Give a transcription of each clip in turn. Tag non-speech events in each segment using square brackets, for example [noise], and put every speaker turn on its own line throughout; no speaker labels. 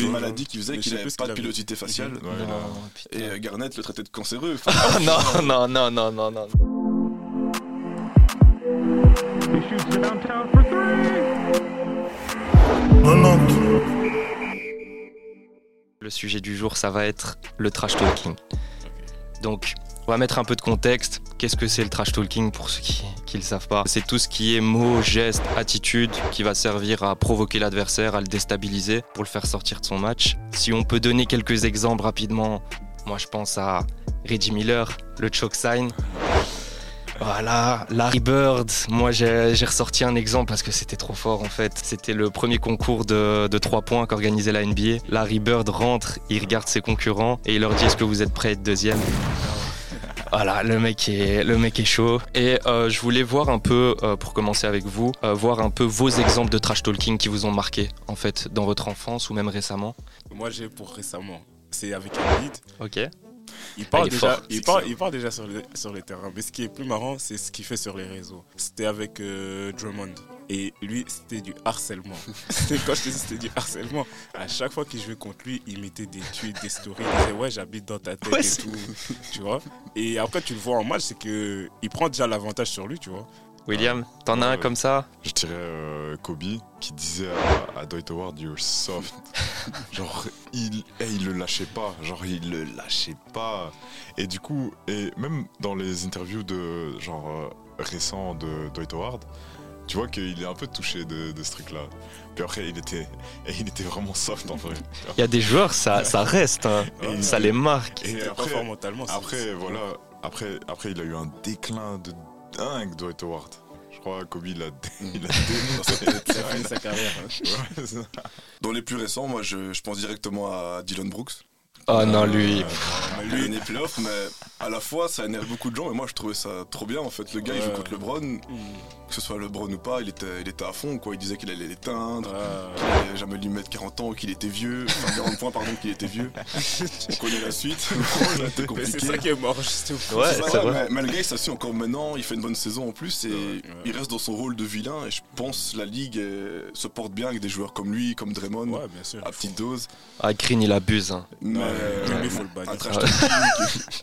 une
ouais,
maladie qui faisait
Mais je
qu'il
sais
n'avait
plus ce
pas
qu'il
de
avait.
pilosité faciale.
Mhm. [laughs] Ouais, là.
Non, putain.
Et euh, Garnett le traitait de cancéreux. Enfin,
Ah, non, non, non, non, non, non.
He shoots it downtown for three.
Le sujet du jour, ça va être le trash talking. Donc, on va mettre un peu de contexte. Qu'est-ce que c'est le trash talking pour ceux qui ne le savent pas C'est tout ce qui est mots, gestes, attitudes qui va servir à provoquer l'adversaire, à le déstabiliser pour le faire sortir de son match. Si on peut donner quelques exemples rapidement, moi je pense à Reggie Miller, le choke sign. Voilà, Larry Bird, moi j'ai j'ai ressorti un exemple parce que c'était trop fort en fait. C'était le premier concours de, de 3 points qu'organisait la NBA. Larry Bird rentre, il regarde ses concurrents et il leur dit est-ce que vous êtes prêts à être deuxième voilà, le mec est, le mec est chaud. Et euh, je voulais voir un peu, euh, pour commencer avec vous, euh, voir un peu vos exemples de trash talking qui vous ont marqué, en fait, dans votre enfance ou même récemment.
Moi, j'ai pour récemment. C'est avec Embiid.
Ok.
Il part,
il est
déjà,
fort.
il part- il part déjà sur le, sur le terrain. Mais ce qui est plus marrant, c'est ce qu'il fait sur les réseaux. C'était avec euh, Drummond. Et lui, c'était du harcèlement. [laughs] C'était- quand je te dis c'était du harcèlement, à chaque fois qu'il jouait contre lui, il mettait des tweets, des stories, il disait ouais j'habite dans ta tête
Ouais,
et
c'est-
tout. Tu vois Et après tu le vois en match, c'est que il prend déjà l'avantage sur lui, tu vois.
William, t'en as
Ouais,
un
ouais.
comme ça
Je dirais euh, Kobe qui disait à, à Dwight Howard You're soft. genre, il, eh, il le lâchait pas. Genre, il le lâchait pas. Et du coup, et même dans les interviews de genre euh, récents de Dwight Howard, tu vois qu'il est un peu touché de, de ce truc-là. Puis après, il était, [laughs] et il était vraiment soft en vrai.
Il y a des joueurs, ça, ça reste, hein.
Et-
ça les marque.
Et
C'était pas
après,
fort mentalement. c'est-
après,
c'est-
voilà, après, après, il a eu un déclin de dingue, Dwight Howard. Je crois Kobe, il a, il a dénoncé.
Ça a fini sa carrière. hein.
Ouais, c'est ça.
dans les plus récents, moi, je, je pense directement à Dylan Brooks.
Oh non, lui.
Mais
Lui,
lui,
il est playoff, mais à la fois, ça énerve beaucoup de gens. Et moi, je trouvais ça trop bien. En fait, le gars, il joue
Ouais.
contre LeBron.
hmm,
Que ce soit LeBron ou pas, il était, il était à fond. quoi. Il disait qu'il allait l'éteindre.
euh,
qu'il allait jamais lui mettre 40 ans, qu'il était vieux, enfin 40 points pardon, qu'il était
[laughs]
vieux. On connaît la suite, [laughs] c'était
mais c'est
compliqué.
ça qui est mort, justement.
Ouais,
C'est ça,
c'est
ouais,
vrai.
mais- mais le gars, il s'assure encore maintenant, il fait une bonne saison en plus et
Ouais, ouais.
il reste dans son rôle de vilain. Et je pense la ligue euh, se porte bien avec des joueurs comme lui, comme Draymond,
Ouais, bien sûr.
à petite dose.
Ah, Green, il abuse. hein.
Mais
Ouais,
euh,
mais il faut le bannir. Ah,
un trash
[laughs]
talking qui-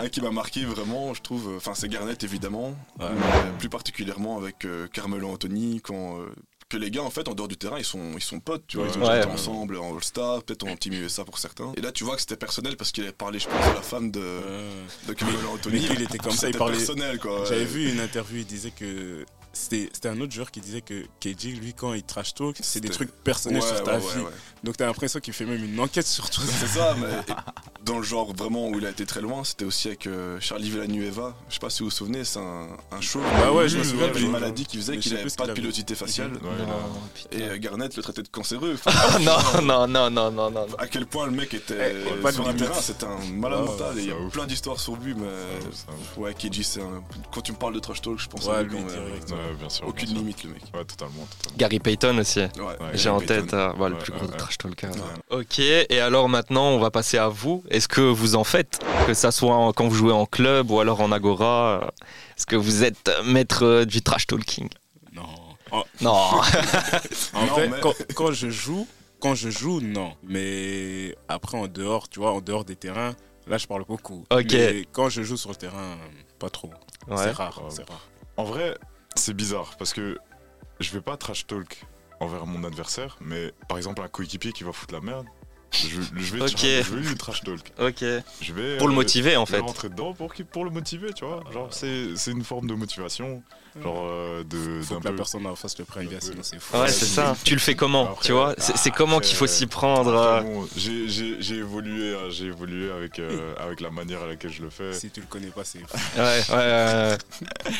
un qui m'a marqué vraiment, je trouve. Enfin, c'est Garnett évidemment,
Ouais.
mais plus particulièrement avec euh, Carmelo Anthony quand. euh, que les gars, en fait, en dehors du terrain, ils sont, ils sont potes, tu vois. Ils ont déjà
Ouais.
été ensemble en All-Star, peut-être en Team USA pour certains. Et là, tu vois que c'était personnel parce qu'il avait parlé, je pense, à la femme de,
Euh,
de Carmelo Anthony.
Mais lui, il était comme ça, il
C'était
parlait-
personnel, quoi.
J'avais vu une interview, il disait que. C'était c'était un autre joueur qui disait que KJ, lui, quand il trash talk, c'est des
C'était-
trucs personnels
Ouais,
sur ta
ouais, ouais,
vie.
ouais.
Donc t'as l'impression qu'il fait même une enquête sur
[laughs]
toi.
C'est ça, mais et dans le genre vraiment où il a été très loin, c'était aussi avec euh, Charlie Villanueva. Je sais pas si vous vous souvenez, c'est un, un show.
Ah ouais, je me
une-
souviens de lui.
Une maladie qui faisait
Mais je
qu'il
sais
avait
plus ce
pas
qu'il
de
avait.
pilosité faciale.
Ouais, il a-
Non, putain. [laughs]
Et euh, Garnett le traitait de
[laughs]
cancéreux. Enfin,
Ah, non, non, non, non, non, non. non.
à quel point le mec était
Eh, eh, pas Ah, de
sur un
limite.
terrain, c'était un malade
Ouais,
mental. et il y a
c'est ouf.
plein d'histoires sur lui, mais
C'est un- c'est
ouais, KG, c'est un... quand tu me parles de trash talk, je pense à
Ouais,
lui
lui,
quand même.
direct.
un- ouais, bien sûr.
Aucune
bien sûr.
limite, le mec.
Ouais, totalement. totalement.
Gary Payton aussi.
Ouais.
Ouais.
J'ai en
Payton.
tête euh, voilà, le
Ouais,
plus
ouais,
gros
ouais.
trash talker.
Ouais.
Ok, et alors maintenant, on va passer à vous. Est-ce que vous en faites Que ça soit en- quand vous jouez en club ou alors en agora euh, Est-ce que vous êtes euh, maître euh, du trash talking
Non. En,
Non
en
Non,
vrai,
mais-
quand, quand je joue, quand je joue, non. Mais après, en dehors, tu vois, en dehors des terrains, là, je parle beaucoup.
Ok.
Mais quand je joue sur le terrain, pas trop. C'est
Ouais.
rare,
Ouais.
c'est rare.
En vrai, c'est bizarre parce que je vais pas trash talk envers mon adversaire, mais par exemple, un coéquipier qui va foutre la merde, je,
[laughs]
je vais,
Ok.
tra- je vais lui trash talk.
Ok.
Je vais,
Pour le
euh,
motiver en
je vais
fait.
rentrer dedans pour, qu'il- pour le motiver, tu vois.
Euh,
Genre, c'est c'est une forme de motivation. Genre, euh, de.
Faut
d'un
que la
peu-
personne en face le prenne
Un
bien,
peu.
sinon c'est fou.
Ouais, c'est ça. Tu le fais comment
Après,
Tu vois C'est c'est
ah,
comment
après,
qu'il faut s'y prendre
Après,
euh,
bon, j'ai- J'ai j'ai évolué, hein, j'ai évolué avec, euh, avec la manière à laquelle je le fais.
Si tu le connais pas, c'est fou.
euh, Ouais, ouais, ouais, ouais.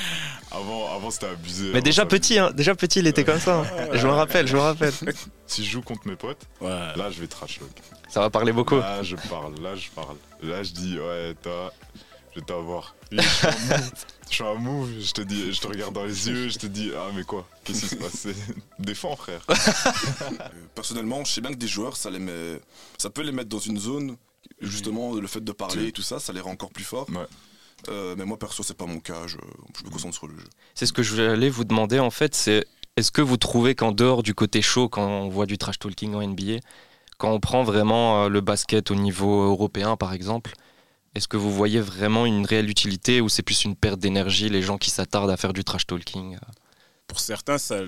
Avant, avant c'était abusé.
Mais
avant,
déjà
c'était
petit, hein, déjà petit, il était comme ça. hein. Je me rappelle, je me rappelle.
abusé. Si je joue contre mes potes,
Ouais.
là je vais trash talk.
Ça va parler beaucoup.
Là, je parle, là, je parle. Là, je dis, ouais, toi, je vais t'avoir. Et Je suis un move, je fais un move, je te dis, je te regarde dans les yeux, je te dis, ah, mais quoi Qu'est-ce qui se passe Défends, frère.
Euh, Personnellement, je sais bien que des joueurs, ça, les met- ça peut les mettre dans une zone. Justement, le fait de parler et tout ça, ça les rend encore plus forts.
Ouais.
Euh, mais moi, perso, c'est pas mon cas. Je, je me concentre sur le jeu.
C'est ce que je voulais vous demander en fait, c'est est-ce que vous trouvez qu'en dehors du côté chaud, quand on voit du trash talking en NBA, Quand on prend vraiment euh, le basket au niveau européen, par exemple, est-ce que vous voyez vraiment une réelle utilité ou c'est plus une perte d'énergie, les gens qui s'attardent à faire du trash talking euh
Pour certains, ça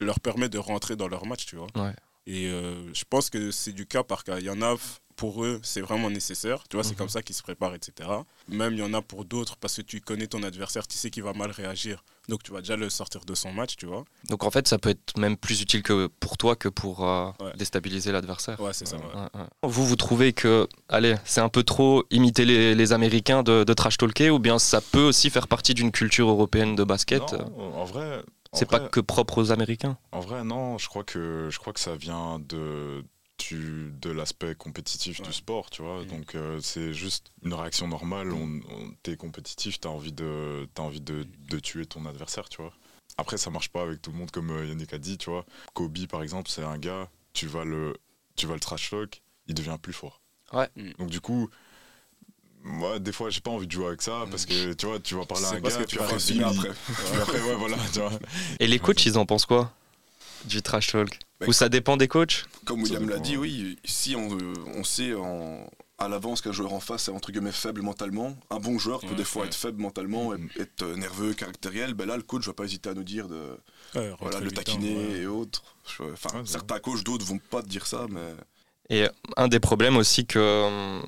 leur permet de rentrer dans leur match, tu vois.
Ouais.
Et euh, je pense que c'est du cas par cas. Il y en a, f- pour eux, c'est vraiment nécessaire. Tu vois, c'est
Mhm.
comme ça qu'ils se préparent, etc. Même il y en a pour d'autres, parce que tu connais ton adversaire, tu sais qu'il va mal réagir. Donc tu vas déjà le sortir de son match, tu vois.
Donc en fait, ça peut être même plus utile que pour toi que pour euh,
Ouais.
déstabiliser l'adversaire.
Ouais, c'est ça. ouais.
Ouais, ouais. Vous, vous trouvez que, allez, c'est un peu trop imiter les, les Américains de, de trash talker ou bien ça peut aussi faire partie d'une culture européenne de basket euh,
Non, en vrai. en
C'est
vrai-
pas que propre aux Américains
En vrai, non, je crois que, je crois que ça vient de, du- de l'aspect compétitif
Ouais.
du sport, tu vois.
Mhm.
Donc, euh, c'est juste une réaction normale. On, on- t'es compétitif, t'as envie, de, t'as envie de, de tuer ton adversaire, tu vois. Après, ça marche pas avec tout le monde, comme euh, Yannick a dit, tu vois. Kobe, par exemple, c'est un gars, tu vas le, tu vas le trash talk, il devient plus fort.
Ouais.
Mhm.
Donc, du coup. Moi, des fois, j'ai pas envie de jouer avec ça parce que tu vois, tu vas parler à
sais
un
pas
gars,
ce Mm. que tu
vas
vas
Assumer après.
[laughs] Après, ouais, voilà, tu vois.
Et les coachs, ils en pensent quoi Du trash talk
Bah,
Ou ça dépend des coachs
Comme William
dépend,
l'a dit,
ouais.
oui, si on, euh, on sait en- à l'avance qu'un joueur en face est entre guillemets faible mentalement, un bon joueur peut
Ouais,
des fois
ouais.
être faible mentalement, et être euh, nerveux, caractériel, ben là le coach va pas hésiter à nous dire de
Ouais,
voilà,
rentrer
le
lui dedans,
taquiner
ouais.
et autres. Je- Enfin,
Ouais, c'est
certains coachs, d'autres vont pas te dire ça, mais
Et un des problèmes aussi que, euh,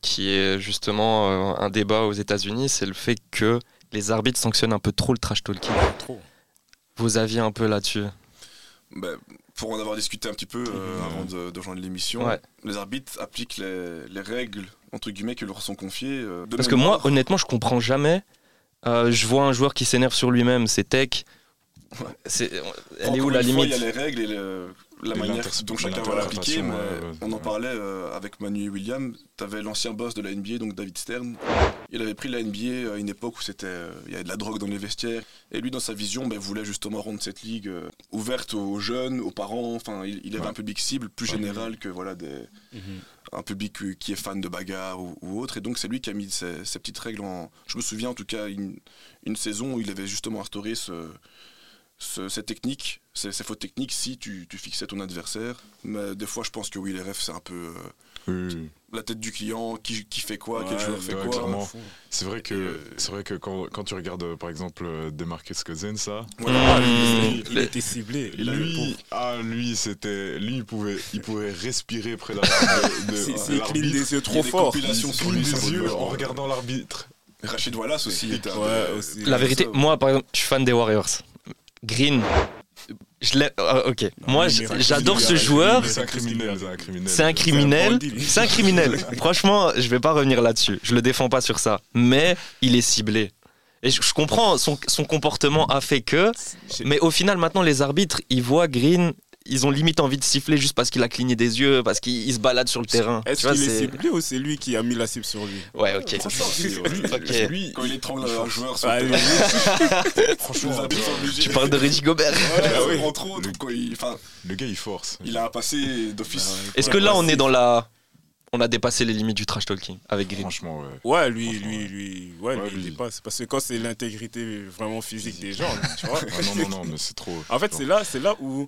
qui est justement euh, un débat aux États-Unis, c'est le fait que les arbitres sanctionnent un peu trop le trash talking.
Ah,
Trop.
Vos avis un peu là-dessus
ben, pour en avoir discuté un petit peu euh, avant de, de rejoindre l'émission,
Mhm. Ouais.
les arbitres appliquent les, les règles entre guillemets qui leur sont confiées. euh, de
Parce que
mémoire.
moi, honnêtement, je comprends jamais. Euh, je vois un joueur qui s'énerve sur lui-même, c'est tech. C'est- Elle est
Encore
où la
une fois,
limite
Il y a les règles et le- la
Et
manière
l'inter-
dont chacun va l'appliquer.
l'interprétation,
mais
ouais, ouais,
on en
ouais.
parlait euh, avec Manu et William. T'avais l'ancien boss de la NBA, donc David Stern. Il avait pris la NBA à une époque où c'était, euh, il y avait de la drogue dans les vestiaires. Et lui, dans sa vision, ben, voulait justement rendre cette ligue euh, ouverte aux jeunes, aux parents. Enfin, il, il avait
Ouais.
un public cible plus
Ouais.
général que voilà des,
Mhm.
un public euh, qui est fan de bagarre ou, ou autre. Et donc, c'est lui qui a mis ces, ces petites règles en. Je me souviens en tout cas une, une saison où il avait justement instauré ce, ce- cette technique, ces, ces fautes techniques si tu, tu fixais ton adversaire. Mais des fois, je pense que oui, les refs, c'est un peu euh, la tête du client, qui, qui fait quoi, quel
Ouais,
joueur fait
ouais,
quoi.
clairement.
fou.
C'est vrai que,
Et, euh,
c'est vrai que quand, quand tu regardes euh, par exemple euh, Demarcus Cousins, ça,
Voilà.
Mmh.
Il était ciblé.
Il a eu le
lui, ah lui c'était, lui il pouvait, il pouvait respirer près [laughs] de, de, de-
C'est
de
c'est clean
l'arbitre.
des yeux
euh, Il y a
trop
des
fort.
Il
compilations sur
cligne
lui, sur
des
le
yeux
ballon.
en regardant l'arbitre.
Rachid Wallace aussi. était un
Ouais,
peu-
aussi.
La vérité,
Ça, ouais.
moi, par exemple, je suis fan des Warriors. Green, je l'ai. ah, ok. moi,
mais
j-
Miracle,
j'adore
il
ce
a-
joueur.
C'est un criminel, c'est un criminel.
C'est un criminel.
bandit, lui.
C'est
[laughs]
un criminel. Franchement, je vais pas revenir là-dessus. Je le défends pas sur ça. Mais il est ciblé. Et je, je comprends, son, son comportement a fait que. Mais au final, maintenant, les arbitres, ils voient Green. Ils ont limite envie de siffler juste parce qu'il a cligné des yeux, parce qu'il il se balade sur le terrain. Tu
Est-ce
vois,
qu'il est
c'est-
ciblé ou c'est lui qui a mis la cible sur lui
Ouais, ok.
Ça, c'est aussi, ouais.
Ok.
Lui,
Quand il étrangle un joueur sur
Ah,
le
lui,
[laughs]
terrain,
franchement, euh,
les arbitres sont obligés.
Tu parles de Reggie Gobert.
Ouais,
Ah oui.
c'est en trop, donc, quoi, il- enfin,
le gars il force.
il a un passé
Bah
d'office.
Est-ce que là, on est dans la. On a dépassé les limites du trash talking avec Green. [laughs]
Franchement, ouais.
Ouais, lui,
Franchement,
lui,
ouais.
lui, ouais,
Ouais,
lui, il
lui.
dépasse. Parce que quand c'est l'intégrité vraiment physique
[laughs]
des gens, tu vois.
Ah, non, non, non, mais c'est trop.
En fait, c'est là, c'est là où,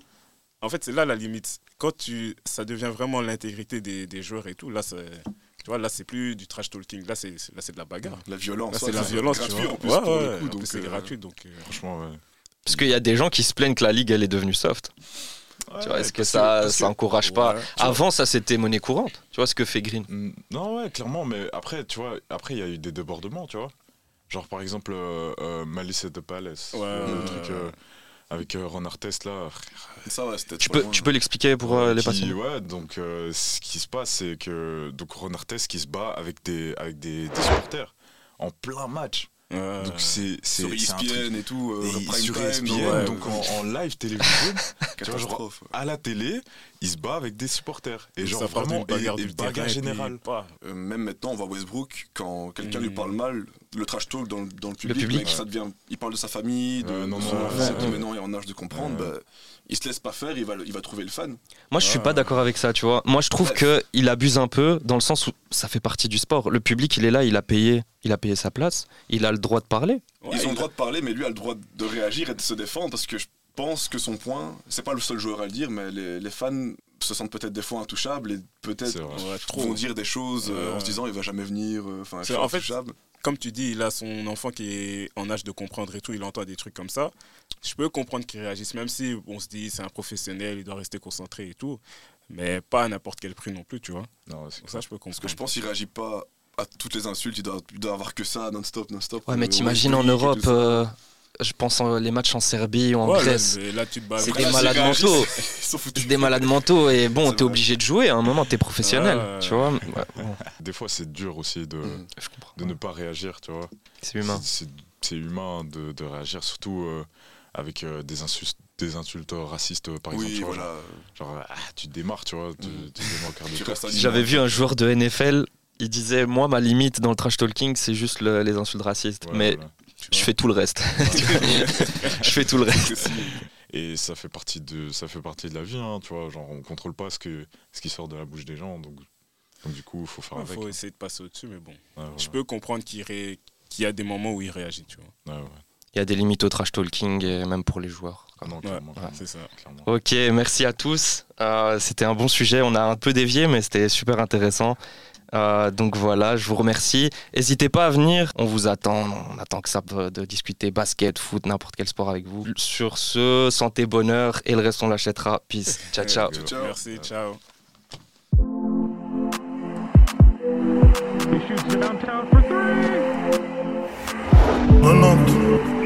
en fait, c'est là la limite. Quand tu, ça devient vraiment l'intégrité des, des joueurs et tout. Là, c'est, tu vois, là, c'est plus du trash talking. Là, c'est, c'est- là, c'est de la bagarre.
La violence.
Là, Bah, c'est
ouais,
de la violence, tu
gratuit
vois.
en plus.
Ouais,
pour le
ouais,
coup,
en
donc,
plus, c'est
euh,
gratuit, donc. euh,
Franchement, ouais.
Parce qu'il y a des gens qui se plaignent que la ligue, elle est devenue soft. Tu vois, est-ce que ça,
parce
ça
que-
encourage pas
Ouais.
Avant, ça, c'était monnaie courante. Tu vois ce que fait Green
Mm, Non, ouais, clairement, mais après, tu vois, après, il y a eu des débordements, tu vois. Genre, par exemple, euh, euh, Malice at the Palace.
Ouais,
le
ouais,
truc
ouais.
euh, avec euh, Ron Artest, là.
Ça, ouais, c'était
Tu
trop
peux,
loin.
tu peux l'expliquer pour euh, les
Qui-
patients
Ouais, donc, euh, ce qui se passe, c'est que. Donc, Ron Artest qui se bat avec des, avec des, des supporters en plein match.
Ouais.
donc, c'est. c'est-
euh, sur
c'est un truc-
ESPN et tout,
E
euh,
Et
prime
sur E
time,
ESPN,
ouais,
donc
ouais.
en, en
[laughs]
live télévisé, tu vois, genre,
Catastrophe.
à la télé, il se bat avec des supporters. Et
Ça
genre,
apporte
vraiment,
une bagarre
et, et
du terrain,
bagarre
et puis-
générale.
Pas.
Euh, même maintenant, on voit Westbrook, quand quelqu'un
Mm.
lui parle mal, le trash talk dans, dans le public,
public.
mec, ça devient, il parle de sa famille, de,
Ouais, non,
de son
non,
enfant,
ouais,
qui
ouais.
maintenant est en âge de comprendre,
Ouais.
bah, il se laisse pas faire, il va, le- il va trouver le fan.
Moi, je suis
Ouais.
pas d'accord avec ça, tu vois. Moi, je trouve que il abuse un peu dans le sens où ça fait partie du sport. Le public, il est là, il a payé, il a payé sa place, il a le droit de parler.
Ouais,
Ils ont
il-
le droit de parler, mais lui a le droit de réagir et de se défendre, parce que je pense que son point, c'est pas le seul joueur à le dire, mais les, les fans se sentent peut-être des fois intouchables et peut-être
C'est vrai.
Ouais,
trop vont dire des choses euh, en se disant il va jamais venir, euh, enfin, je
C'est-
suis
en fait,
intouchable.
Comme tu dis, il a son enfant qui est en âge de comprendre et tout, il entend des trucs comme ça. Je peux comprendre qu'il réagisse, même si on se dit c'est un professionnel, il doit rester concentré et tout. Mais pas à n'importe quel prix non plus, tu vois.
Non, c'est-
Donc ça, je peux
Parce que je
comprendre.
pense qu'il réagit pas à toutes les insultes, il doit, il doit avoir que ça non-stop, non-stop.
Ouais,
Euh,
mais t'imagines en
public et tout
Europe,
ça.
euh, je pense en- les matchs en Serbie ou en
Ouais, là,
Grèce,
mais là, tu te bats
c'est
avec-
des
là,
malades
c'est réaliste.
mentaux.
Ils sont foutus.
C'est des malades mentaux et bon,
C'est vrai.
t'es obligé de jouer à un moment, t'es professionnel,
Ouais.
tu vois. Ouais, bon,
Des fois, c'est dur aussi de,
Mm.
Mhm.
je comprends.
de ne pas réagir, tu vois.
C'est humain.
C'est c'est- c'est humain de, de réagir, surtout euh, avec euh, des, insultes, des insultes racistes, euh, par exemple.
Oui,
tu vois,
voilà.
Genre, genre, ah, tu te démarres, tu vois, tu,
Mhm.
tu te démarres au quart de
Tu
tour.
restes animé.
J'avais vu un joueur de NFL, il disait Moi, ma limite dans le trash talking, c'est juste le- les insultes racistes.
Ouais,
mais
voilà.
je fais tout le
[laughs]
reste. je fais tout le reste.
Et ça fait partie de, ça fait partie de la vie, hein, tu vois. Genre, on contrôle pas ce, que, ce qui sort de la bouche des gens, donc, donc du coup, faut faire
Il
avec.
faut essayer de passer au-dessus, mais bon.
Ouais, voilà.
Je peux comprendre qu'il ré- qu'il y a des moments où il réagit, tu vois.
Ouais, ouais.
Il y a des limites au trash talking, et même pour les joueurs.
Ah non, clairement, clairement,
C'est ça.
clairement.
Ok, merci à tous. Euh, c'était un bon sujet. On a un peu dévié, mais c'était super intéressant. Euh, donc voilà, je vous remercie. N'hésitez pas à venir. On vous attend. On attend que ça peut- de discuter basket, foot, n'importe quel sport avec vous. Sur ce, santé, bonheur et le reste on l'achètera. Peace. Ciao, ciao.
euh,
Ciao, ciao.
Merci, ciao.
He shoots it downtown for three.
90,